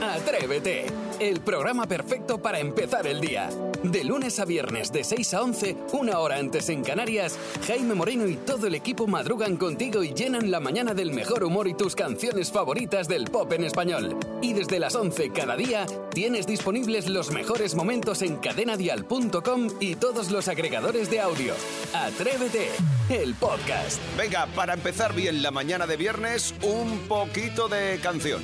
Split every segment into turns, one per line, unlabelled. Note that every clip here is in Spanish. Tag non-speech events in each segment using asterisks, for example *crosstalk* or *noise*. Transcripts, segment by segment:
Atrévete, el programa perfecto para empezar el día. De lunes a viernes de 6 a 11, una hora antes en Canarias, Jaime Moreno y todo el equipo madrugan contigo y llenan la mañana del mejor humor y tus canciones favoritas del pop en español. Y desde las 11 cada día tienes disponibles los mejores momentos en cadenadial.com y todos los agregadores de audio. Atrévete, el podcast.
Venga, para empezar bien la mañana de viernes, un poquito de canción.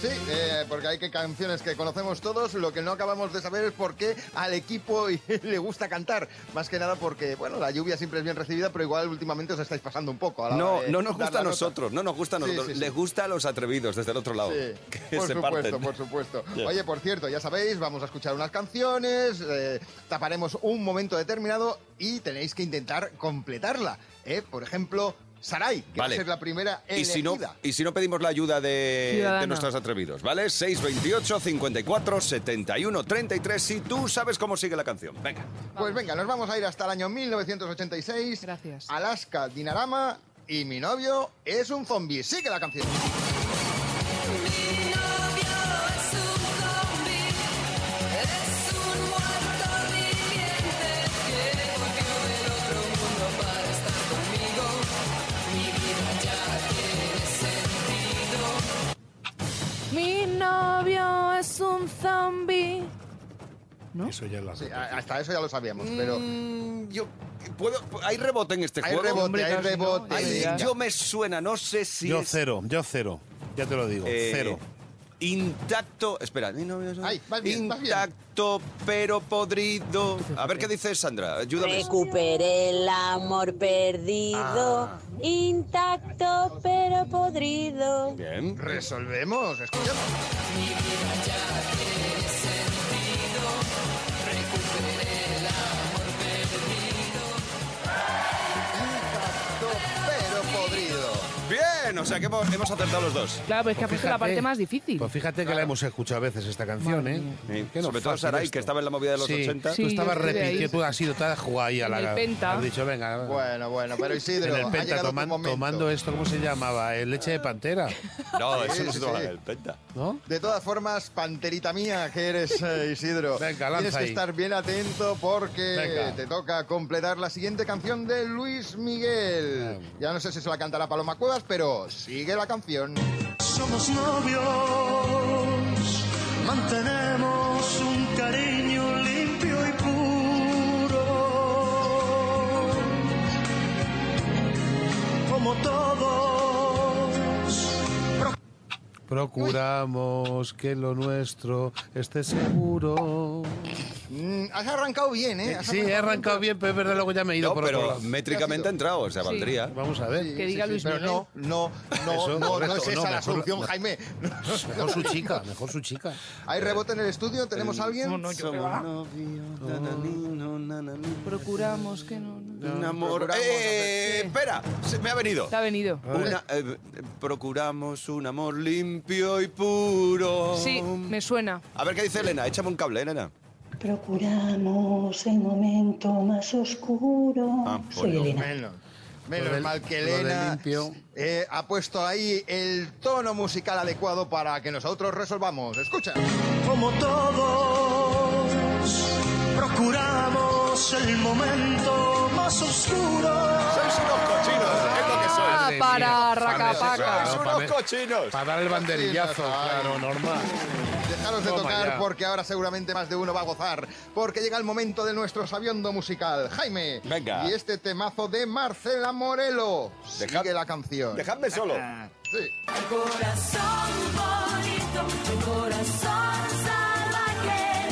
Sí, eh, porque hay que canciones que conocemos todos. Lo que no acabamos de saber es por qué al equipo *laughs* le gusta cantar. Más que nada porque, bueno, la lluvia siempre es bien recibida, pero igual últimamente os estáis pasando un poco. A la
No,
hora de
no
dar
nos gusta a
la nota.
nosotros, no nos gusta a
Sí,
nosotros.
sí, sí.
Les gusta a los atrevidos desde el otro lado.
Sí,
Que
por
se
supuesto,
parten.
por supuesto.
Ya.
Oye, por cierto, ya sabéis, vamos a escuchar unas canciones, eh, taparemos un momento determinado y tenéis que intentar completarla. ¿eh? Por ejemplo, Sarai, que va
Vale.
a ser la primera
Y
elegida.
si, no, y si no pedimos la ayuda de,
Ciudadana.
de nuestros atrevidos, ¿vale? 628 54 71 33 si tú sabes cómo sigue la canción. Venga.
Pues venga, nos vamos a ir hasta el año 1986.
Gracias.
Alaska, Dinarama y mi novio es un zombie. Sí que la canción.
Mi novio es un zombie, es un muerto viviente que volvió del otro mundo para estar conmigo. Mi vida ya tiene sentido.
Mi novio es un zombie. ¿No?
Eso ya lo has
Sí, a- hasta eso ya lo sabíamos, pero
Mm, yo puedo. Hay rebote en este
hay
juego.
rebote, hay
casi no,
rebote.
hay
Ay,
ya.
yo me suena, no sé si
Yo
es
cero, yo cero. Ya te lo digo,
eh,
cero.
Intacto, espera, mi novio es-
Ay, vas bien, vas bien.
intacto pero podrido. A ver qué dice Sandra, ayúdame.
Recuperé el amor perdido,
Ah.
intacto pero podrido.
Bien.
Resolvemos, escuchemos. Intacto, pero podrido. Oh,
Bien, o sea que hemos, hemos acertado los dos.
Claro, pero es que ha
Pues
puesto la
fíjate.
parte más difícil.
Pues fíjate que la hemos escuchado a veces esta canción,
Madre
¿eh?
mía.
Sí,
Qué no
sobre todo
fácil
Sarai,
esto.
que estaba en la movida de los
Sí,
80.
Sí,
tú estabas
yo estuve ahí.
repitiendo, tú has sido, te has jugado ahí a la...
En el Penta.
Has dicho, venga...
Bueno, bueno, pero Isidro,
en el
ha
Penta
llegado
toman-
tu momento.
tomando esto, ¿cómo se llamaba? Eh, Leche
*laughs*
de pantera,
No,
Sí,
eso no
sí,
se toma
sí.
el penta.
¿no?
De todas formas, panterita mía que eres, eh, Isidro.
*laughs* Venga, lanza
Tienes que
ahí.
estar bien atento porque
Venga.
te toca completar la siguiente canción de Luis Miguel.
Ah.
Ya no sé si se la cantará Paloma Cuevas, pero sigue la canción.
Somos novios, mantenemos un cariño limpio y puro. Como todos,
Procuramos que lo nuestro esté seguro.
Mm, has arrancado bien, ¿eh? Has
Sí, he arrancado bien, pero es verdad, luego ya me he ido
No,
por otro
pero
lado.
métricamente ha entrado, o sea,
Sí.
valdría.
Vamos a ver.
Que diga Luis
pero
Miguel.
no, no, no,
Eso,
no, no
correcto,
es esa
no,
la
mejor-
solución,
no.
Jaime.
Mejor su chica, mejor su chica.
¿Hay rebote en el estudio? ¿Tenemos a alguien?
Somos novios, nananino, nananino.
Procuramos que no. no.
Un amor.
procuramos
¡Eh! Espera, se me ha venido.
Te ha venido.
Una- eh, eh, procuramos un amor limpio y puro.
Sí, me suena.
A ver qué dice Elena. Échame un cable, Elena.
Procuramos el momento más oscuro.
Ah,
Soy
bueno.
Elena.
Menos. Menos
pues Lo del-
mal que
lo del
Elena
limpio.
eh, ha puesto ahí el tono musical adecuado para que nosotros resolvamos. Escucha.
como todos, procuramos el momento más oscuro.
Sois unos cochinos, es lo que sois.
Ah,
Madre
para
mía.
racapaca.
Madre
Sois
mía.
unos cochinos.
Para dar el banderillazo,
Ay.
claro, normal.
Dejaros de
Toma
tocar
ya.
porque ahora seguramente más de uno va a gozar. Porque llega el momento de nuestro sabiondo musical. Jaime.
Venga.
Y este temazo de Marcela Morelo.
Dejad-
Sigue la canción. Ah,
Dejadme solo.
Sí.
Mi corazón bonito, mi corazón salvaje.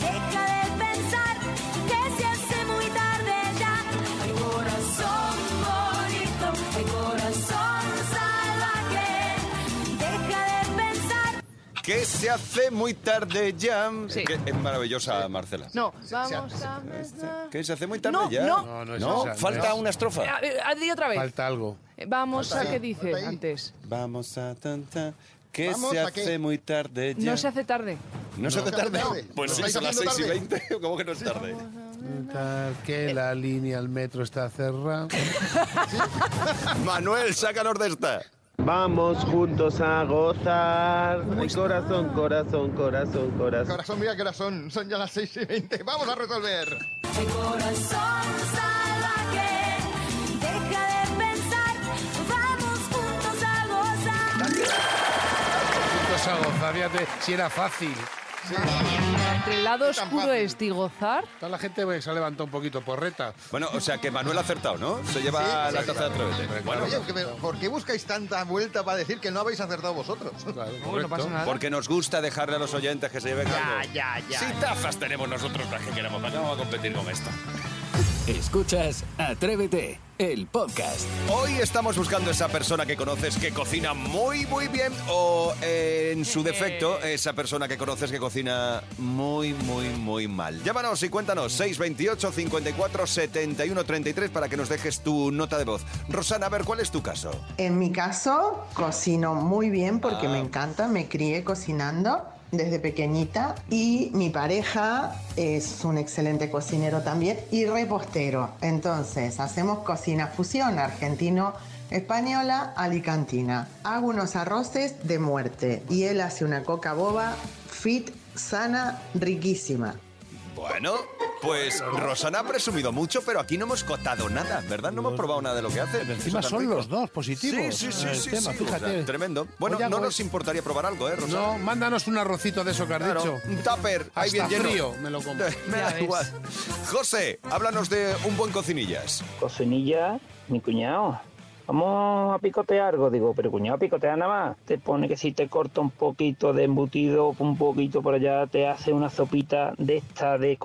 Deja de pensar que se hace muy tarde ya. Mi corazón bonito, mi corazón salvaje. Deja de pensar.
Que se hace muy tarde ya.
Sí.
Que es maravillosa, Marcela.
No,
se-
vamos a besar.
Que se hace muy tarde
No,
ya.
no. Eh,
No, no es esa, no
falta
es.
una estrofa.
A ver, Haz di otra vez.
Falta algo.
Eh, Vamos
Falta
a
ahí,
qué dice
falta ahí.
antes.
Vamos a tanta. Que
Vamos
se
a qué.
hace muy tarde Eh, ya.
No se hace tarde.
¿No se hace
No.
tarde.
Tarde.
Pues
Nos
sí,
estáis
son las
haciendo
6 y
tarde.
20. ¿Cómo que no es tarde?
Que la línea al metro está cerrada.
Manuel, sácanos de esta.
Vamos juntos a gozar. Ay, corazón, corazón, corazón, corazón.
Corazón, mira corazón, son ya las 6 y 20. Vamos a resolver.
Mi corazón salvaje, deja de pensar, vamos juntos a gozar.
Juntos a gozar, fíjate, si era fácil.
Entre el lado oscuro es tigozar.
Está la gente que Pues se ha levantado un poquito porreta.
Bueno, o sea que Manuel ha acertado, ¿no? Se lleva
Sí,
la
sí,
taza
claro.
de atrevete.
Hombre,
Bueno,
Oye, que me- ¿por qué buscáis tanta vuelta para decir que no habéis acertado vosotros? *laughs*
correcto.
pasa nada.
porque nos gusta dejarle a los oyentes que se lleven
Ya,
algo.
ya, ya.
Si tazas tenemos nosotros las que queramos, ¿para qué vamos a competir con esto?
Escuchas Atrévete, el podcast.
Hoy estamos buscando esa persona que conoces que cocina muy, muy bien o, eh, en su defecto, esa persona que conoces que cocina muy, muy, muy mal. Llámanos y cuéntanos 628 54 71 33 para que nos dejes tu nota de voz. Rosana, a ver, ¿cuál es tu caso?
En mi caso, cocino muy bien porque
Ah.
me encanta, me crié cocinando desde pequeñita y mi pareja es un excelente cocinero también y repostero. Entonces, hacemos cocina fusión argentino. Española alicantina. Hago unos arroces de muerte y él hace una coca boba fit, sana, riquísima.
Bueno, pues Rosana ha presumido mucho, pero aquí no hemos cotado nada, ¿verdad? No hemos probado nada de lo que hace. Eso
Encima
tan
son
rico.
los dos positivos.
Sí, sí, sí,
el
sí,
tema,
sí, o sea,
fíjate.
tremendo. Bueno,
Oye,
no
algo
nos
es-
importaría probar algo, ¿eh, Rosana?
No, mándanos un arrocito de eso que has
Claro,
dicho.
un tupper, ahí bien
Hasta
lleno.
frío me lo
*laughs*
como.
Me
Ya
da
ves.
igual. José, háblanos de un buen cocinillas.
Cocinilla, mi cuñado. Vamos a picotear algo, digo, pero cuñado, picotea nada más. Te pone que si te corta un poquito de embutido, un poquito por allá, te hace una sopita de esta de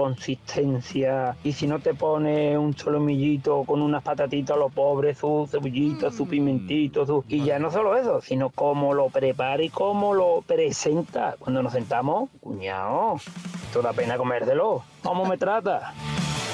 consistencia. Y si no te pone un solomillito con unas patatitas a lo pobre, su cebollita, su pimentito, su... Y ya no solo eso, sino cómo lo prepara y cómo lo presenta. Cuando nos sentamos, cuñado, toda pena comértelo. ¿Cómo me trata?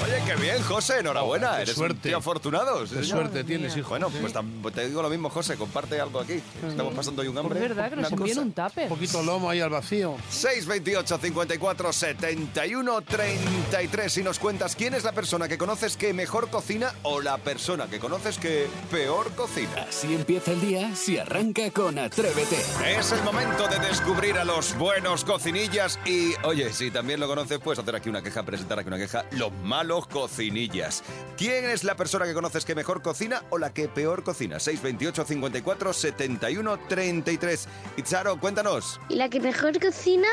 Oye, qué bien, José, enhorabuena.
Qué
Eres un
suerte.
tío afortunado. sí,
Qué
señor.
suerte tienes, hijo. Pues
Bueno, pues tam- pues te digo lo mismo, José, comparte algo aquí. Estamos pasando hoy un hambre.
Es verdad que nos
una
envían
cosa.
un tupper.
Un poquito lomo ahí al vacío.
628 54 71 33 y nos cuentas quién es la persona que conoces que mejor cocina o la persona que conoces que peor cocina.
Así empieza el día si arranca con Atrévete.
Es el momento de descubrir a los buenos cocinillas y, oye, si también lo conoces, puedes hacer aquí una queja, presentar aquí una queja, los malos cocinillas. ¿Quién es la persona que conoces que mejor cocina o la que peor cocina? 628 54 71 33. Itzaro, cuéntanos.
La que mejor cocina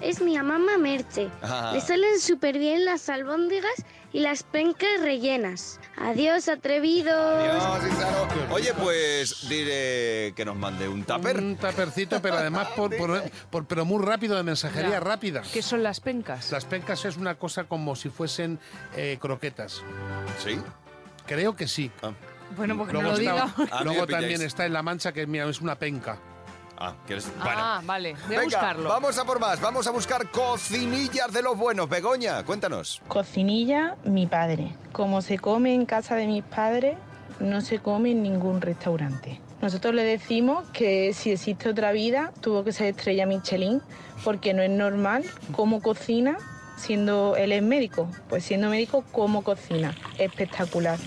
es mi mamá Merche.
Ah.
Le salen súper bien las albóndigas y las pencas rellenas. Adiós, atrevidos.
Adiós, Itzaro. Oye, pues diré que nos mande un tupper.
Un tapercito, pero además por, por- por- pero muy rápido, de mensajería
Ya.
rápida.
¿Qué son las pencas?
Las pencas es una cosa como si fuesen eh, croquetas.
¿Sí?
Creo que sí.
Ah,
Bueno, porque no
Luego,
lo
está-
diga.
Ah,
luego
me pilláis.
también está en La Mancha, que mira, es una penca.
ah, ¿quieres? Bueno.
Ah, vale. Voy a
Venga,
buscarlo.
vamos a por más. Vamos a buscar cocinillas de los buenos. Begoña, cuéntanos.
Cocinilla, mi padre. Como se come en casa de mis padres, no se come en ningún restaurante. Nosotros le decimos que si existe otra vida, tuvo que ser estrella Michelin, porque no es normal cómo cocina siendo él es médico. Pues siendo médico, cómo cocina. Espectacular.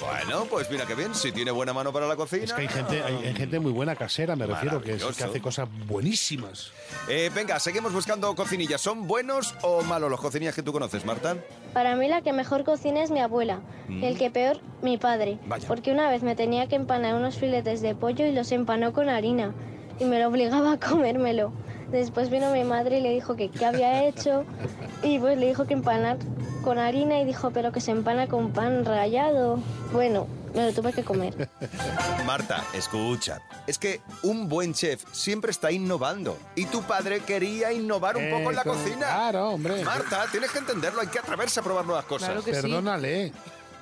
Bueno, pues mira qué bien. Si tiene buena mano para la cocina.
Es que hay gente, hay, hay gente muy buena casera, me refiero, que, es- que
Maravilloso.
hace cosas buenísimas.
Eh, venga, seguimos buscando cocinillas. ¿Son buenos o malos los cocinillas que tú conoces, Marta?
Para mí la que mejor cocina es mi abuela,
Mm.
el que peor mi padre,
Vaya.
porque una vez me tenía que empanar unos filetes de pollo y los empanó con harina y me lo obligaba a comérmelo. Después vino mi madre y le dijo que qué había hecho y pues le dijo que empanar con harina y dijo pero que se empana con pan rallado. Bueno, me lo tuve que comer.
*laughs* Marta, escucha. Es que un buen chef siempre está innovando. Y tu padre quería innovar un poco en la
Eh, con-
cocina.
Claro, hombre.
Marta, tienes que entenderlo. Hay que atreverse a probar nuevas cosas.
Claro que sí.
Perdónale.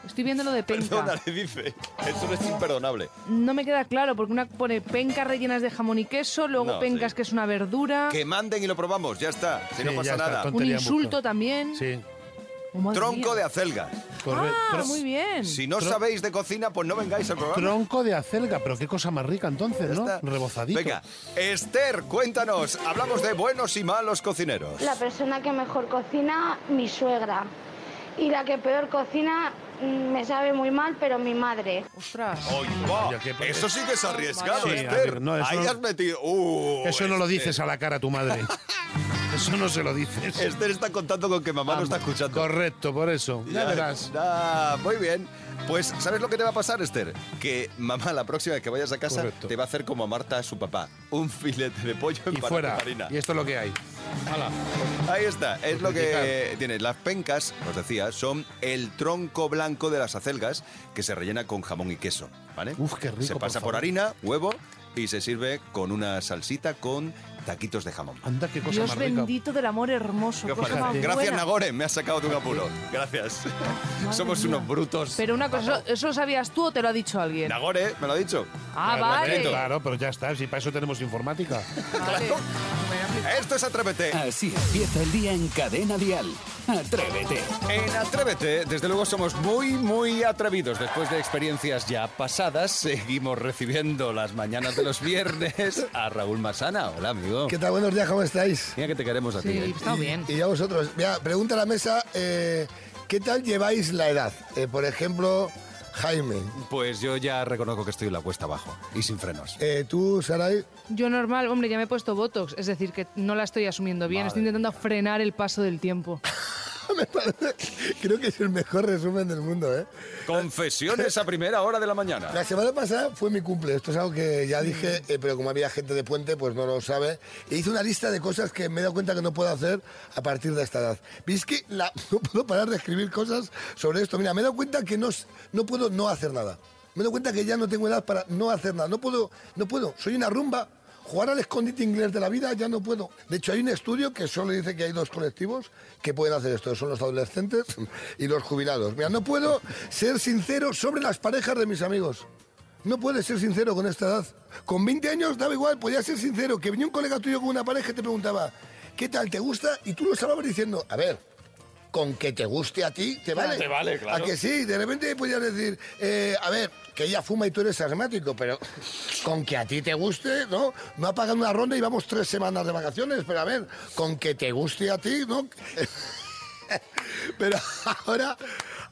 Estoy viendo lo de penca.
Perdona, le dice. Eso no es imperdonable.
No me queda claro, porque una pone pencas rellenas de jamón y queso, luego
No,
pencas
sí.
que es una verdura,
Que manden y lo probamos. Ya está. Si no
Sí,
pasa
ya
nada.
está, tonto.
Ah. un
tontería
insulto
mucho.
también.
Sí,
Oh, madre
Tronco de
mía.
acelga.
correcto.
Ah,
Tro-
muy bien.
Si no
Tro-
sabéis de cocina, pues no vengáis al programa.
Tronco de acelga, pero qué cosa más rica entonces, ¿no?
Ya está.
Rebozadito.
Venga, Esther, cuéntanos. Hablamos de buenos y malos cocineros.
La persona que mejor cocina, mi suegra. Y la que peor cocina,
Mm, Me sabe muy mal, pero mi madre.
¡Ostras!
Eso sí que es arriesgado,
Sí, a
Esther.
ver, Oh, no, eso
Ahí
no-
has metido. Uh,
Eso no lo
Esther.
dices a la cara a
*laughs*
tu madre. Eso no se lo dices.
Esther está contando con que mamá no está escuchando.
Correcto, por eso. Ya verás.
ya, muy bien. Pues, ¿sabes lo que te va a pasar, Esther? Que mamá, la próxima vez que vayas a casa,
Correcto.
te va a hacer como a Marta, su papá. Un filete de pollo en
Y fuera.
harina.
Y esto es lo que hay.
Ahí está. Es lo que
Multiplicar.
tienes. Las pencas, os decía, son el tronco blanco de las acelgas que se rellena con jamón y queso. ¿Vale?
Uf, qué rico,
Se
por
pasa por,
favor.
harina, huevo y se sirve con una salsita con taquitos de jamón.
Anda, qué cosa
Dios
más rica.
bendito del amor hermoso.
Qué
cosa
maravilla.
más
Gracias,
buena.
Nagore, me has sacado de un apuro. Gracias. Somos unos brutos.
Pero una cosa, ¿eso- ¿eso lo sabías tú o te lo ha dicho alguien?
Nagore, me lo ha dicho.
Ah,
Claro,
vale.
Benito.
Claro, pero ya está. Si para eso tenemos informática.
Esto es Atrévete.
Así empieza el día en Cadena Dial. Atrévete.
En Atrévete, desde luego somos muy, muy atrevidos. Después de experiencias ya pasadas, seguimos recibiendo las mañanas de los viernes a Raúl Masana. Hola, amigo.
¿Qué tal? Buenos días, ¿cómo estáis?
Mira que te queremos a ti. ¿eh?
Y- Y, a vosotros. Mira, pregunta a la mesa, eh, ¿qué tal lleváis la edad? Eh, por ejemplo, Jaime.
Pues yo ya reconozco que estoy en la cuesta abajo y sin
*laughs*
frenos.
Eh, ¿Tú, Saray? *laughs*
Yo normal, hombre, ya me he puesto Botox, es decir, que no la estoy asumiendo bien, estoy intentando frenar el paso del tiempo.
Creo que es el mejor resumen del mundo, ¿eh?
Confesiones a primera hora de la mañana.
La semana pasada fue mi cumple, esto es algo que ya dije, eh, pero como había gente de puente, pues no lo sabe. E hice una lista de cosas que me he dado cuenta que no puedo hacer a partir de esta edad. ¿Veis que la- *laughs* no puedo parar de escribir cosas sobre esto? Mira, me he dado cuenta que no, s- no puedo no hacer nada. Me he dado cuenta que ya no tengo edad para no hacer nada. No puedo, no puedo. Soy una rumba. Jugar al escondite inglés de la vida ya no puedo. De hecho, hay un estudio que solo dice que hay dos colectivos que pueden hacer esto. Son los adolescentes y los jubilados. Mira, no puedo ser sincero sobre las parejas de mis amigos. No puedes ser sincero con esta edad. Con 20 años daba igual, podías ser sincero. Que venía un colega tuyo con una pareja y te preguntaba, ¿qué tal? ¿Te gusta? Y tú lo estabas diciendo, a ver, con que te guste a ti, ¿te vale?
Te vale, claro.
A que sí, de repente podías decir, eh, a ver, que ella fuma y tú eres asmático, pero con que a ti te guste, ¿no? No apagan una ronda y vamos tres semanas de vacaciones, pero a ver, con que te guste a ti, ¿no? *laughs* Pero ahora,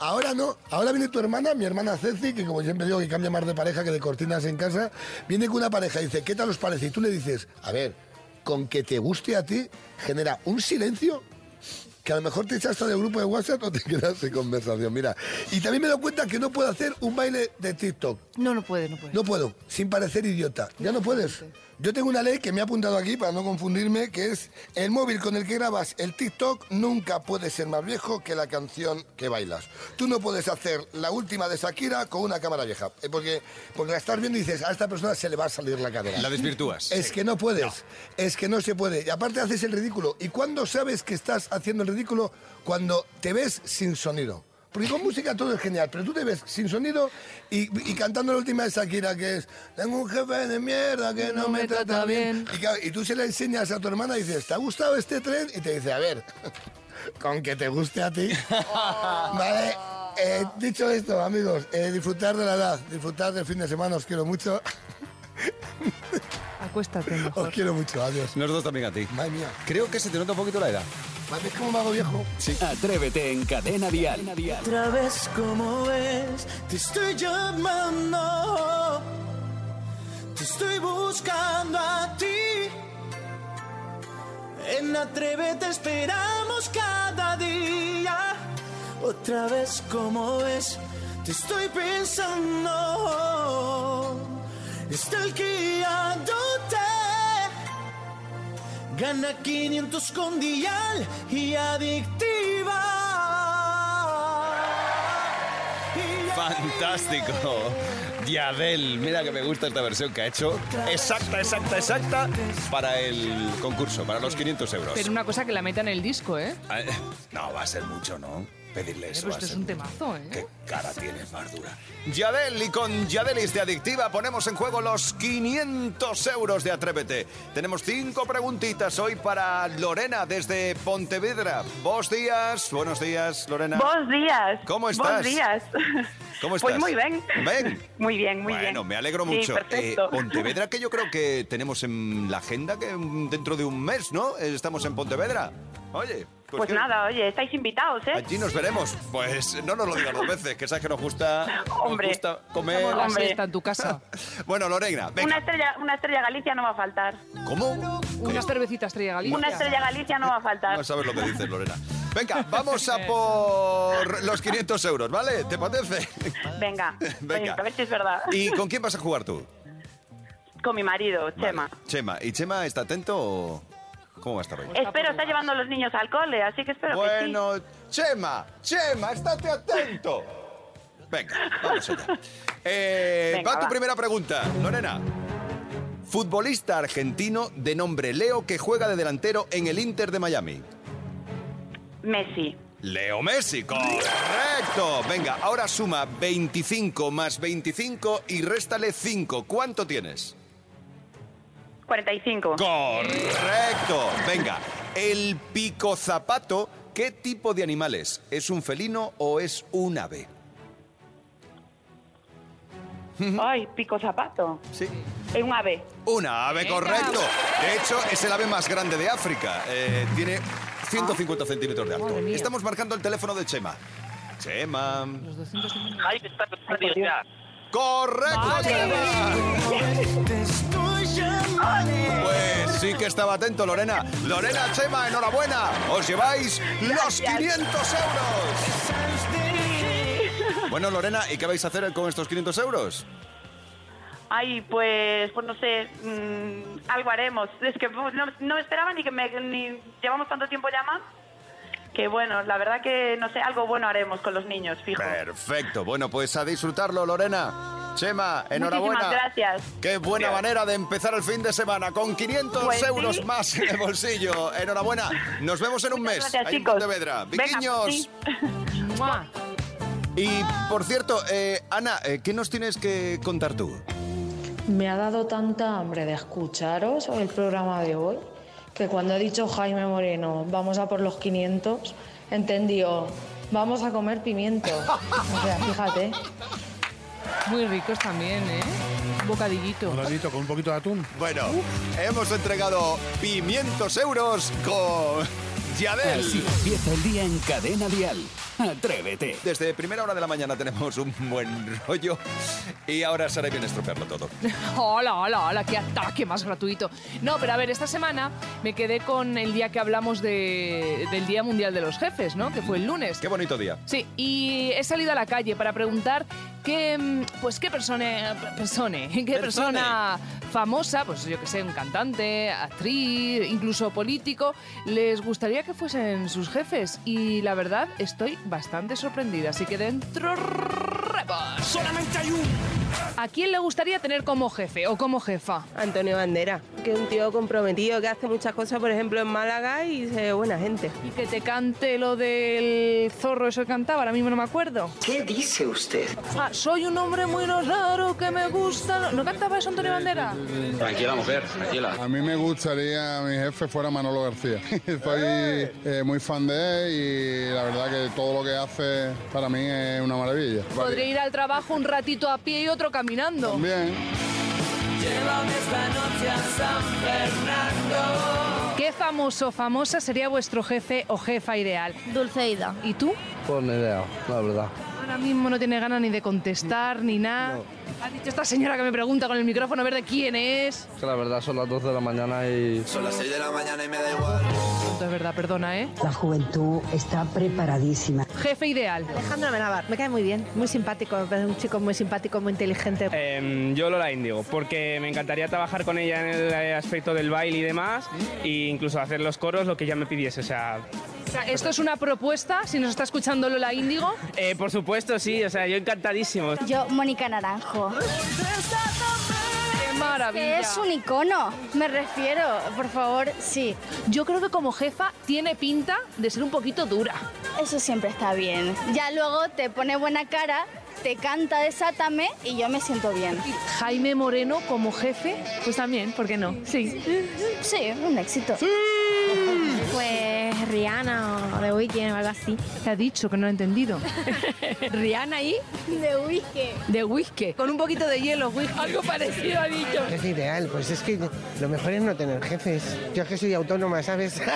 ahora no. Ahora viene tu hermana, mi hermana Ceci, que como siempre digo que cambia más de pareja que de cortinas en casa, viene con una pareja y dice, ¿qué tal os parece? Y tú le dices, a ver, con que te guste a ti, genera un silencio que a lo mejor te echas hasta del grupo de WhatsApp o te *laughs* quedas sin conversación. Mira, y también me he dado cuenta que no puedo hacer un baile de TikTok.
No, no puede, no puede.
No puedo, sin parecer idiota. Ya no puedes. Yo tengo una ley que me ha apuntado aquí para no confundirme, que es el móvil con el que grabas el TikTok nunca puede ser más viejo que la canción que bailas. Tú no puedes hacer la última de Shakira con una cámara vieja, eh, porque, porque la estás viendo y dices, a esta persona se le va a salir la cadera.
La desvirtúas.
Es que no puedes, es que no se puede. Y aparte haces el ridículo. ¿Y cuándo sabes que estás haciendo el ridículo? Cuando te ves sin sonido. Porque con música todo es genial, pero tú te ves sin sonido y, y cantando la última de Shakira, que es Tengo un jefe de mierda que no, me trata bien. Y, claro, y tú se la enseñas a tu hermana y dices, ¿te ha gustado este tren? Y te dice, a ver, con que te guste a ti. vale, eh, dicho esto, amigos, eh, disfrutar de la edad, disfrutar del fin de semana, os quiero mucho.
Acuéstate mejor.
Os quiero mucho, adiós.
Nosotros también a ti.
Madre mía.
Creo que se te nota un poquito la edad.
Es como un mago viejo.
Atrévete en Cadena Dial.
Otra vez como ves, te estoy llamando, te estoy buscando a ti. En Atrévete esperamos cada día. Otra vez como ves, te estoy pensando, estalqueándote. Gana 500 con Dial y Adictiva.
Fantástico. Diadel, mira que me gusta esta versión que ha hecho. Exacta, exacta, exacta. Para el concurso, para los 500 euros.
Pero una cosa que la meta en el disco, ¿eh?
Ah, No, va a ser mucho, ¿no? Pedirle
Pero
eso. va a
esto es
ser
un
mucho.
temazo, ¿eh?
¿Qué cara tienes, Mardura? Yadel, y con Yadelis de Adictiva ponemos en juego los 500 euros de Atrévete. Tenemos cinco preguntitas hoy para Lorena desde Pontevedra. Vos días, buenos días, Lorena.
Buenos días.
¿Cómo
Buenos
estás?
días.
¿Cómo estás?
Pues muy bien.
Ven.
Muy bien, muy bien.
Bueno, me alegro
Sí,
mucho.
perfecto.
Eh, Pontevedra, que yo creo que tenemos en la agenda que mm, dentro de un mes, ¿no? Eh, Estamos en Pontevedra. Oye, pues,
Pues,
¿qué?
nada, oye, estáis invitados, ¿eh?
Allí nos veremos. Pues no nos lo digas dos veces, que sabes que nos gusta, nos
Hombre.
gusta comer.
Hacemos la Hombre. siesta
en tu casa.
*laughs* bueno, Lorena, venga.
Una estrella, una estrella Galicia no va a faltar.
¿Cómo?
Una cervecita estrella Galicia.
Una estrella Galicia no va a faltar.
No sabes lo que dices, Lorena.
*laughs*
Venga, vamos a por los 500 euros, ¿vale? ¿Te parece?
Venga,
Venga.
a ver si es verdad.
¿Y con quién vas a jugar tú?
Con mi marido, Chema.
Chema. ¿Y Chema está atento o cómo va a estar hoy?
Espero, está llevando a los niños al cole, así que espero que sí.
Bueno, Chema, Chema, estate atento. Venga, vamos allá. Eh,
Venga,
va tu
va.
primera pregunta, Lorena. Futbolista argentino de nombre Leo que juega de delantero en el Inter de Miami.
Messi,
Leo Messi, correcto. Venga, ahora suma 25 más 25 y réstale 5. ¿Cuánto tienes?
45.
Correcto. Venga, el pico zapato, ¿qué tipo de animal es? ¿Es un felino o es un ave?
Ay, pico zapato.
Sí.
Es un ave.
Una ave, correcto. De hecho, es el ave más grande de África. Eh, tiene 150 centímetros de alto.
Madre mía.
Estamos marcando el teléfono de Chema. Chema. Correcto, Chema. Pues sí que estaba atento, Lorena. Lorena, Chema, enhorabuena. Os lleváis los 500 euros. Bueno, Lorena, ¿y qué vais a hacer con estos 500 euros?
Ay, pues, pues no sé, mm, algo haremos. Es que pues, no, no me esperaba ni que me... Ni, llevamos tanto tiempo ya más que bueno, la verdad que Eh, no sé, algo bueno haremos con los niños, fijo.
Perfecto. Bueno, pues a disfrutarlo, Lorena. Chema, enhorabuena.
Muchísimas gracias.
Qué buena
Gracias.
manera de empezar el fin de semana con 500
Pues sí.
euros más en el bolsillo. Enhorabuena. Nos vemos en un mes.
gracias,
ahí en
chicos.
Pontevedra.
Venga,
Viquiños.
sí.
Y por cierto, eh, Ana, eh, ¿qué nos tienes que contar tú?
Me ha dado tanta hambre de escucharos el programa de hoy que cuando ha dicho Jaime Moreno, vamos a por los 500, entendió, vamos a comer pimientos. O sea, fíjate.
Muy ricos también, ¿eh? Un bocadillito.
Bocadillito con un poquito de atún. Bueno, hemos entregado 500 euros con Yadel.
Así empieza el día en Cadena Dial. Atrévete.
Desde primera hora de la mañana tenemos un buen rollo y ahora será bien estropearlo todo.
Hola, hola, hola, qué ataque más gratuito. No, pero a ver, esta semana me quedé con el día que hablamos de- del Día Mundial de los Jefes, ¿no? Que fue el lunes.
Qué bonito día.
Sí, y he salido a la calle para preguntar qué, mm, pues qué persona, persone, *laughs* qué persona famosa, pues yo que sé, un cantante, actriz, incluso político, les gustaría que fuesen sus jefes. Y la verdad, estoy bastante sorprendida. Así que dentro
Solamente hay un.
¿A quién le gustaría tener como jefe o como jefa?
Antonio Bandera, que es un tío comprometido que hace muchas cosas, por ejemplo, en Málaga y es buena gente.
Y que te cante lo del zorro, eso que cantaba, ahora mismo no me acuerdo.
¿Qué dice usted?
Ah, soy un hombre muy raro que me gusta. ¿No cantaba eso Antonio Bandera?
Tranquila, mujer, tranquila. A mí me gustaría mi jefe fuera Manolo García. *laughs* Soy eh, muy fan de él y la verdad que todo lo que hace para mí es una maravilla.
Podría ir al trabajo un ratito a pie y otro caminando.
También.
Llévame esta noche a San Fernando.
¿Qué famoso o famosa sería vuestro jefe o jefa ideal? Dulceida. ¿Y tú?
Pues ni idea, la verdad.
Ahora mismo no tiene ganas ni de contestar ni nada. Ha dicho esta señora que me pregunta con el micrófono a ver de quién es.
Que la verdad son las 12 de la mañana y...
Son las 6 de la mañana y me da igual.
Punto, es verdad, perdona, ¿eh?
La juventud está preparadísima.
Jefe ideal.
Alejandro Amenábar, me cae muy bien, muy simpático, me parece un chico muy simpático, muy inteligente.
Em, yo Lola Índigo, porque me encantaría trabajar con ella en el eh, aspecto del baile y demás, e incluso hacer los coros, lo que ella me pidiese. O sea,
O sea, esto es una propuesta, si nos está escuchando Lola Índigo.
eh, por supuesto, sí, o sea, yo encantadísimo.
Yo, Mónica Naranjo.
¡Qué maravilla!
Es un icono, me refiero, por favor, sí.
Yo creo que como jefa tiene pinta de ser un poquito dura.
Eso siempre está bien. Ya luego te pone buena cara, te canta Desátame y yo me siento bien.
Jaime Moreno como jefe, pues también, ¿por qué no? Sí.
Sí, un éxito. Pues
es Rihanna o The Weeknd o algo así.
Te ha dicho que no lo he entendido.
¿Rihanna y? The Weeknd.
De whisky. Con un poquito de hielo, whisky. Algo parecido ha dicho.
Es ideal, pues es que lo mejor es no tener jefes. Yo es que soy autónoma, ¿sabes? *laughs*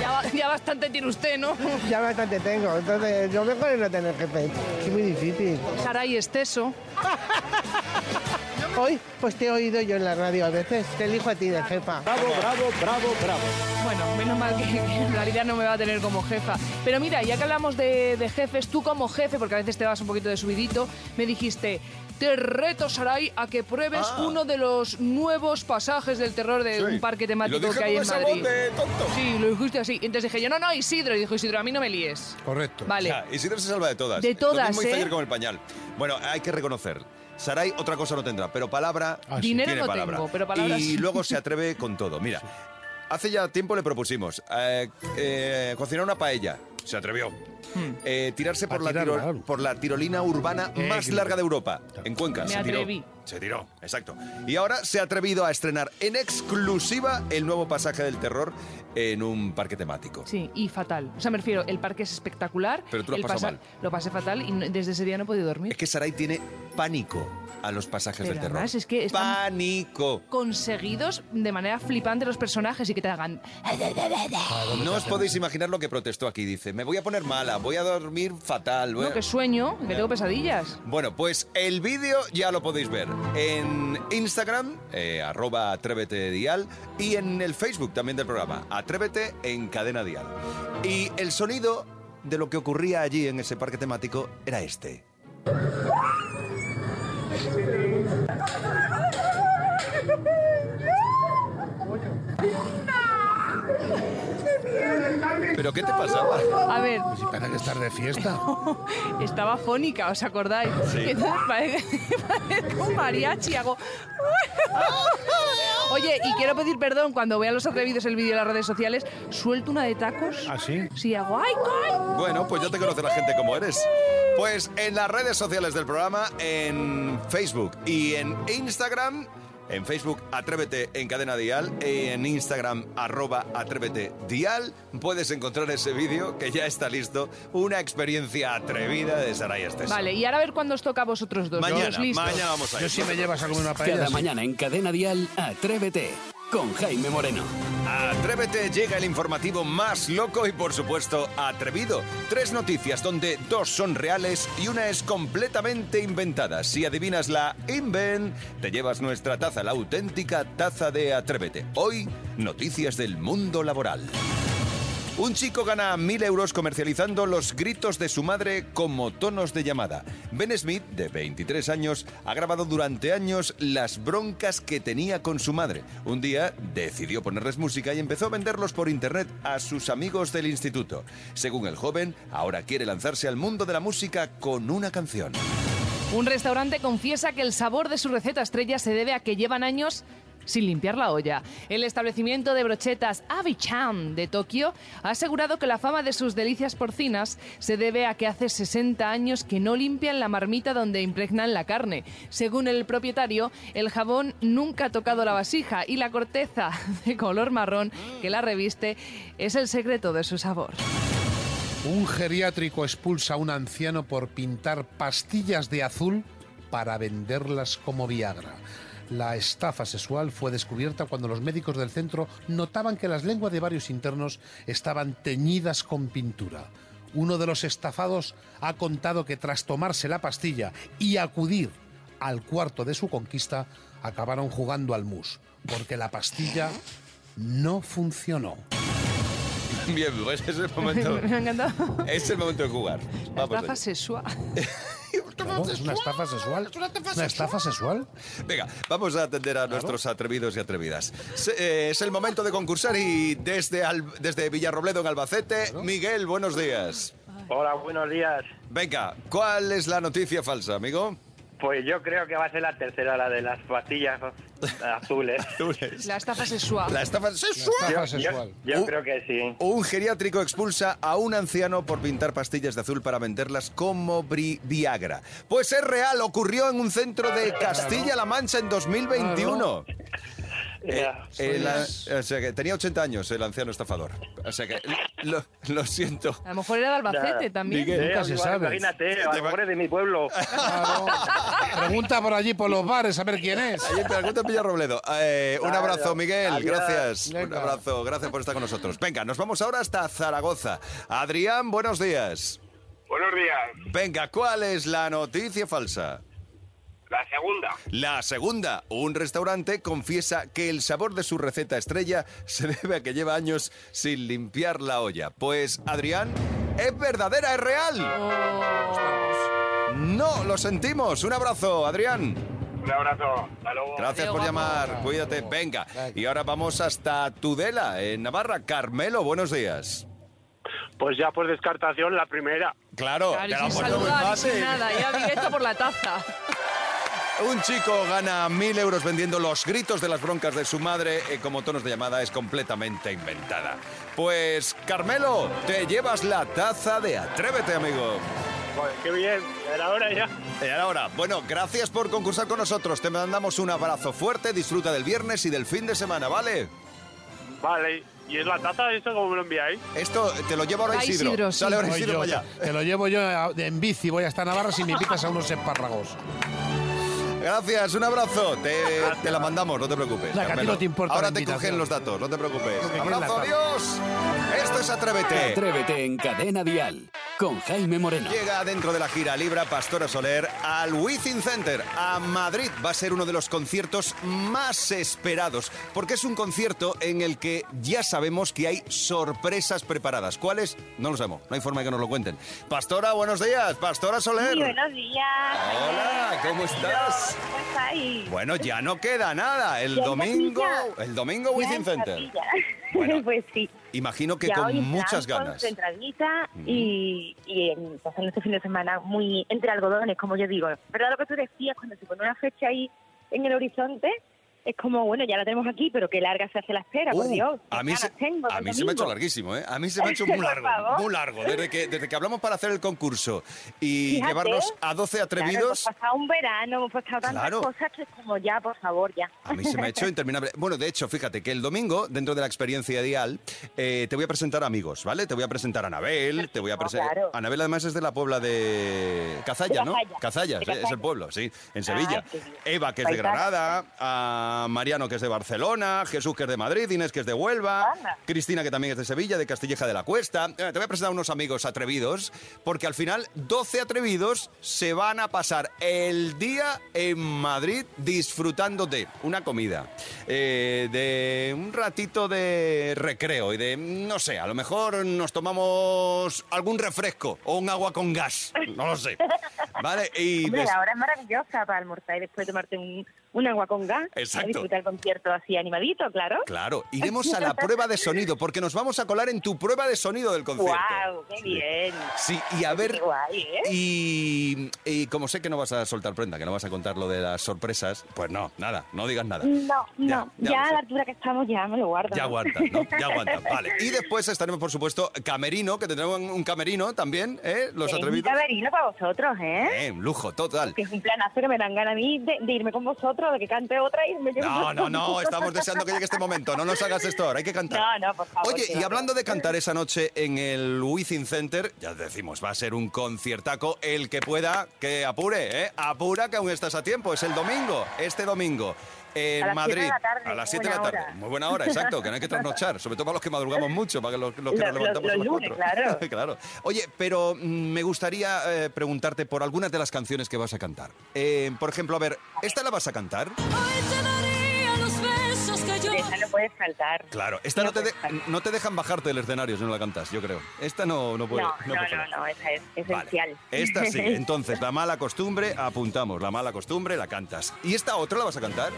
Ya, ya bastante tiene usted, ¿no?
ya bastante tengo, entonces lo mejor es no tener jefe. Es muy difícil.
Saray exceso.
Hoy, pues te he oído yo en la radio a veces. Te elijo a ti de jefa.
Bravo, bravo, bravo, bravo. Bueno, menos mal que, que en realidad no me va a tener como jefa. Pero mira, ya que hablamos de, de jefes, tú como jefe, porque a veces te vas un poquito de subidito, me dijiste, te reto, Saray, a que pruebes uno de los nuevos pasajes del terror de
Ah. Sí.
un parque temático
Y lo dije
que hay
con
en
esa
Madrid.
voz de
Sí, lo dijiste así. Entonces dije yo, no, no, Isidro. Y dijo Isidro, a mí no me líes.
Correcto.
Vale.
Isidro se salva de todas.
De todas,
Lo mismo hizo
¿eh?
ayer con el pañal. Bueno, hay que reconocer. Saray otra cosa no tendrá, pero palabra
sí. Dinero
tiene
no
palabra.
tengo, pero palabras-
Y
*laughs*
luego se atreve con todo. Mira, hace ya tiempo le propusimos eh, eh, cocinar una paella. Se atrevió.
Hmm.
Eh, tirarse por la,
tirarla,
tiro- por la tirolina urbana
Eh,
más
claro.
larga de Europa, en Cuenca.
Me
se tiró.
atreví.
Se tiró, exacto. Y ahora se ha atrevido a estrenar en exclusiva el nuevo pasaje del terror en un parque temático.
Sí, y fatal. O sea, me refiero, el parque es espectacular.
Pero tú lo has
el
pasado
pasa-
mal.
Lo pasé fatal y no- desde ese día no he podido dormir.
Es que Sarai tiene pánico a los pasajes
Pero
del terror.
además es que están
Pánico.
conseguidos de manera flipante los personajes y que te hagan...
No os podéis imaginar lo que protestó aquí. Dice, me voy a poner mala, voy a dormir fatal. voy a-".
No, que sueño, que tengo pesadillas.
Bueno, pues el vídeo ya lo podéis ver en Instagram, eh, arroba Atrévete Dial, y en el Facebook también del programa, Atrévete en Cadena Dial. Y el sonido de lo que ocurría allí en ese parque temático era este. ¿Pero qué te pasaba?
A ver,
Para que estar de fiesta.
estaba fónica, ¿os acordáis?
Sí.
Y *laughs* entonces parece, parezco un mariachi, hago... *laughs* Oye, y quiero pedir perdón cuando vean los atrevidos el vídeo en las redes sociales, suelto una de tacos.
¿Ah, sí?
Sí, hago... ¡Ay, coño!
Bueno, pues ya te conoce la gente como eres. Pues en las redes sociales del programa, en Facebook y en Instagram. En Facebook, Atrévete en Cadena Dial. En Instagram, arroba Atrévete Dial. Puedes encontrar ese vídeo que ya está listo. Una experiencia atrevida de Saray Estes.
Vale, y ahora a ver cuándo os toca a vosotros dos.
Mañana,
los listos.
mañana vamos a ir.
Yo si me llevas a comer una paella,
Cada
Cada
sí.
mañana en Cadena Dial, Atrévete con Jaime Moreno.
Atrévete llega el informativo más loco y por supuesto atrevido. Tres noticias donde dos son reales y una es completamente inventada. Si adivinas la Inven, te llevas nuestra taza, la auténtica taza de Atrévete. Hoy, noticias del mundo laboral. Un chico gana mil euros comercializando los gritos de su madre como tonos de llamada. Ben Smith, de 23 años, ha grabado durante años las broncas que tenía con su madre. Un día decidió ponerles música y empezó a venderlos por internet a sus amigos del instituto. Según el joven, ahora quiere lanzarse al mundo de la música con una canción.
Un restaurante confiesa que el sabor de su receta estrella se debe a que llevan años sin limpiar la olla. El establecimiento de brochetas Abichan de Tokio ha asegurado que la fama de sus delicias porcinas se debe a que hace 60 años que no limpian la marmita donde impregnan la carne. Según el propietario, el jabón nunca ha tocado la vasija y la corteza *laughs* de color marrón que la reviste es el secreto de su sabor.
Un geriátrico expulsa a un anciano por pintar pastillas de azul para venderlas como Viagra. La estafa sexual fue descubierta cuando los médicos del centro notaban que las lenguas de varios internos estaban teñidas con pintura. Uno de los estafados ha contado que tras tomarse la pastilla y acudir al cuarto de su conquista, acabaron jugando al mus, porque la pastilla no funcionó.
Bien, pues es el momento.
Me ha encantado.
Es el momento de jugar. Vamos allá.
Estafa sexual.
Claro, ¿Es una estafa sexual? ¿Una estafa sexual?
Venga, vamos a atender a nuestros atrevidos y atrevidas. Se- eh, es el momento de concursar y desde, Al- desde Villarrobledo en Albacete, Miguel, buenos días.
Hola, buenos días.
Venga, ¿cuál es la noticia falsa, amigo?
Pues yo creo que va a ser la tercera, la de las pastillas azules.
La estafa sexual.
La estafa sexual. Uh.
Yo- yo- Yo, creo que sí.
Un geriátrico expulsa a un anciano por pintar pastillas de azul para venderlas como bri- Viagra. Pues es real, ocurrió en un centro de Castilla-La Mancha en 2021. Eh, eh, la-
Sois-
o sea que tenía 80 años el anciano estafador. O sea que lo, lo siento.
A lo mejor era de Albacete también.
Imagínate, a lo mejor es de mi pueblo.
Pregunta por allí, por los bares, a ver quién es.
Oye, pero algún te pilla Robledo. Eh, un
Nada.
abrazo, Miguel.
Adiós.
Gracias. Un
Venga.
abrazo. Gracias por estar con nosotros. Venga, nos vamos ahora hasta Zaragoza. Adrián, buenos días.
Buenos días.
Venga, ¿cuál es la noticia falsa?
La segunda.
La segunda, un restaurante confiesa que el sabor de su receta estrella se debe a que lleva años sin limpiar la olla. Pues, Adrián, es verdadera, es real. No, lo sentimos. Un abrazo, Adrián.
Un abrazo. Hasta luego.
Gracias por llamar, cuídate, venga. Y ahora vamos hasta Tudela, en Navarra. Carmelo, buenos días.
Pues ya por descartación la primera.
Claro,
Claro,
te la
y
han
Pues
sin
puesto muy
saludar, y sin
fácil.
Nada, ya directo por la taza.
Un chico gana mil euros vendiendo los gritos de las broncas de su madre eh, como tonos de llamada es completamente inventada. Pues, Carmelo, te llevas la taza de Atrévete, amigo.
Joder, qué bien. Era hora ya.
Y ahora, bueno, gracias por concursar con nosotros. Te mandamos un abrazo fuerte, disfruta del viernes y del fin de semana, ¿vale?
Vale. ¿Y es la taza eso como me lo enviáis?
Esto te lo llevo ahora
Va,
Isidro.
Isidro, sí.
Sale ahora
Voy
Isidro
yo,
para allá.
Te lo llevo yo a- en bici, voy hasta Navarra si me invitas a unos espárragos.
Gracias, un abrazo. Te, te la mandamos, no te preocupes.
La que a ti
Carmelo.
no te importa
Ahora
la
te
invitación.
cogen los datos, no te preocupes.
Lo que quieres
Abrazo,
la tarde.
adiós. Esto es Atrévete.
Atrévete en Cadena Dial con Jaime Moreno.
Llega dentro de la gira Libra Pastora Soler al Within Center, a Madrid. Va a ser uno de los conciertos más esperados, porque es un concierto en el que ya sabemos que hay sorpresas preparadas. ¿Cuáles? No lo sabemos, no hay forma de que nos lo cuenten. Pastora, buenos días. Pastora Soler.
Muy buenos días.
Hola, ¿cómo estás?
¿Cómo estáis?
Bueno, ya no queda nada. El
Ya en
domingo,
capilla.
el domingo
Ya
Within
en
Center.
capilla.
Bueno,
*laughs* pues sí.
Imagino que
Ya
con
hoy están
muchas ganas.
Concentradita y, y em, pasando este fin de semana muy entre algodones, como yo digo. ¿Verdad lo que tú decías? Cuando se pone una fecha ahí en el horizonte, es como, bueno, ya la tenemos aquí, pero qué larga se hace la espera, por
Uh,
Dios. pues,
A
Qué
mí, se,
ganas tengo
a
del
mí se me ha hecho
domingo.
larguísimo, ¿eh? A mí se me ha
*laughs*
hecho
Por
muy largo,
favor.
muy largo. Desde que, desde que hablamos para hacer el concurso y
Fíjate.
llevarnos a 12
Claro,
atrevidos,
hemos pasado un verano, hemos pasado tantas
Claro.
cosas que es como ya, por favor, ya.
a mí
*laughs*
se me ha hecho interminable. Bueno, de hecho, fíjate que el domingo, dentro de la experiencia dial, eh, te voy a presentar amigos, ¿vale? Te voy a presentar a Anabel, te voy a presentar...
claro.
Anabel además es de la Puebla de Cazalla,
De
¿no? Cazalla,
Cazalla, de
sí, es el
Cazalla.
pueblo, sí, en Sevilla.
qué bien.
Eva, que es de
Paisana.
Granada, a Mariano, que es de Barcelona, Jesús, que es de Madrid, Inés, que es de Huelva, Cristina, que también es de Sevilla, de Castilleja de la Cuesta. Eh, Te voy a presentar unos amigos atrevidos, porque al final 12 atrevidos se van a pasar el día en Madrid disfrutando de una comida, eh, de un ratito de recreo y de, no sé, a lo mejor nos tomamos algún refresco o un agua con gas, no lo sé. ¿Vale? Y
*laughs* Hombre,
des-
la hora es maravillosa para almorzar y después tomarte un, un agua con gas.
Exacto.
Y disfrutar el concierto así animadito, claro. *laughs*
Claro, iremos a la prueba de sonido, porque nos vamos a colar en tu prueba de sonido del concierto.
¡Guau! ¡Qué bien!
Sí, y a ver...
Qué guay, ¿eh?
Y, y como sé que no vas a soltar prenda, que no vas a contar lo de las sorpresas, pues no, nada, no digas nada.
No,
Ya,
no.
ya lo
Ya,
sé.
a la altura que estamos ya me lo guardo.
Ya aguanta, ¿no?
*laughs*
Ya aguanta, vale. Y después estaremos, por supuesto, camerino, que tendremos un camerino también, ¿eh? Los
Tenéis
atrevidos.
Un camerino para vosotros, ¿eh?
Eh, un lujo total.
Que es un planazo que me dan ganas a mí de, de irme con vosotros, de que cante otra y me llevo
No, no, no, estamos deseando que llegue este momento. No nos hagas esto ahora, hay que cantar.
*laughs* No, no, por favor.
Oye,
que
y
va.
hablando de cantar esa noche en el Within Center, ya os decimos, va a ser un conciertaco. El que pueda, que apure, ¿eh? Apura que aún estás a tiempo. Es el domingo, este domingo. En
A las siete
Madrid,
de la tarde,
a las 7 de
buena
la tarde.
hora.
Muy buena hora, exacto, que no hay que trasnochar, sobre todo para los que madrugamos mucho, para que los, los que
Lo-
nos levantamos
lo-
a las
los lunes,
4. *laughs*
claro.
Oye, pero mm, me gustaría eh, preguntarte por algunas de las canciones que vas a cantar. Eh, por ejemplo, a ver, ¿esta la vas a cantar?
Esa no puedes saltar.
Claro, esta no, te, de- no te dejan bajarte del escenario si no la cantas, yo creo. Esta no, no puede.
no,
no
no,
puede
no,
fallar.
no, esa es esencial.
Esta
*laughs*
sí, entonces la mala costumbre, apuntamos, la mala costumbre la cantas. ¿Y esta otra la vas a cantar?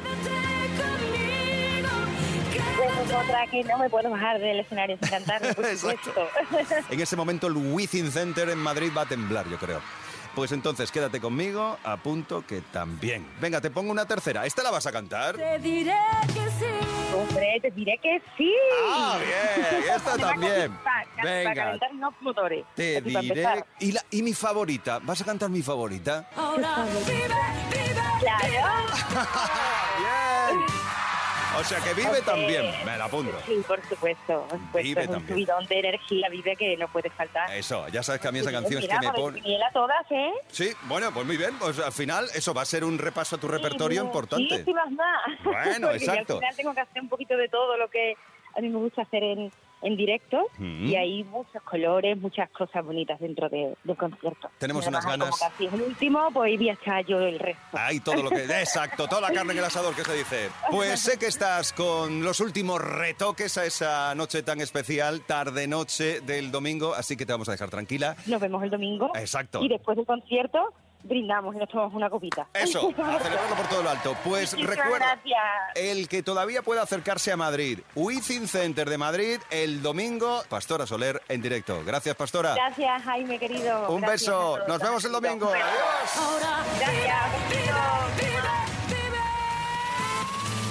Esa es otra que no me puedo bajar del escenario sin cantar,
*laughs*
por supuesto.
En ese momento el Within Center en Madrid va a temblar, yo creo. Pues entonces quédate conmigo, apunto que también. Venga, te pongo una tercera. ¿Esta la vas a cantar?
Te diré que sí. Hombre, te diré que sí.
Ah, bien, y esta
*laughs* Me va a
también.
calentar, Para,
Venga.
calentar unos motores.
Te
Así para
diré.
empezar.
Y, la- y mi favorita. ¿Vas a cantar mi favorita?
Ahora vive, vive. Claro.
*laughs* Bien. O sea que vive
Aunque-
también. Me la apunto.
Sí, por supuesto, por supuesto.
Vive
es un
también.
subidón de energía, vive que no puede faltar.
Eso, ya sabes que a mí esa
Sí,
canción es
mira,
que me
a ver,
pone.
quiniela todas, ¿eh?
Sí, bueno, pues muy bien. Pues al final eso va a ser un repaso a tu repertorio importante.
Muchísimas más.
Bueno,
*laughs* Porque yo
exacto.
al final tengo que hacer un poquito de todo lo que a mí me gusta hacer en, en directo
Mm.
y hay muchos colores, muchas cosas bonitas dentro de, del concierto.
Tenemos
Y
unas
además,
ganas.
Como casi es el último, pues voy a estar yo el resto.
Ahí todo lo que... Exacto, toda la carne en el asador que se dice. Pues sé que estás con los últimos retoques a esa noche tan especial, tarde-noche del domingo, así que te vamos a dejar tranquila.
Nos vemos el domingo
Exacto.
y después del concierto brindamos y nos tomamos una copita. *laughs*
Eso, a celebrarlo por todo lo alto. Pues
Muchísimas
recuerda,
gracias.
el que todavía pueda acercarse a Madrid, Within Center de Madrid, el domingo, Pastora Soler en directo. Gracias, Pastora.
Gracias, Jaime, querido.
Un
Gracias
beso.
a todos.
Nos vemos el domingo.
Gracias.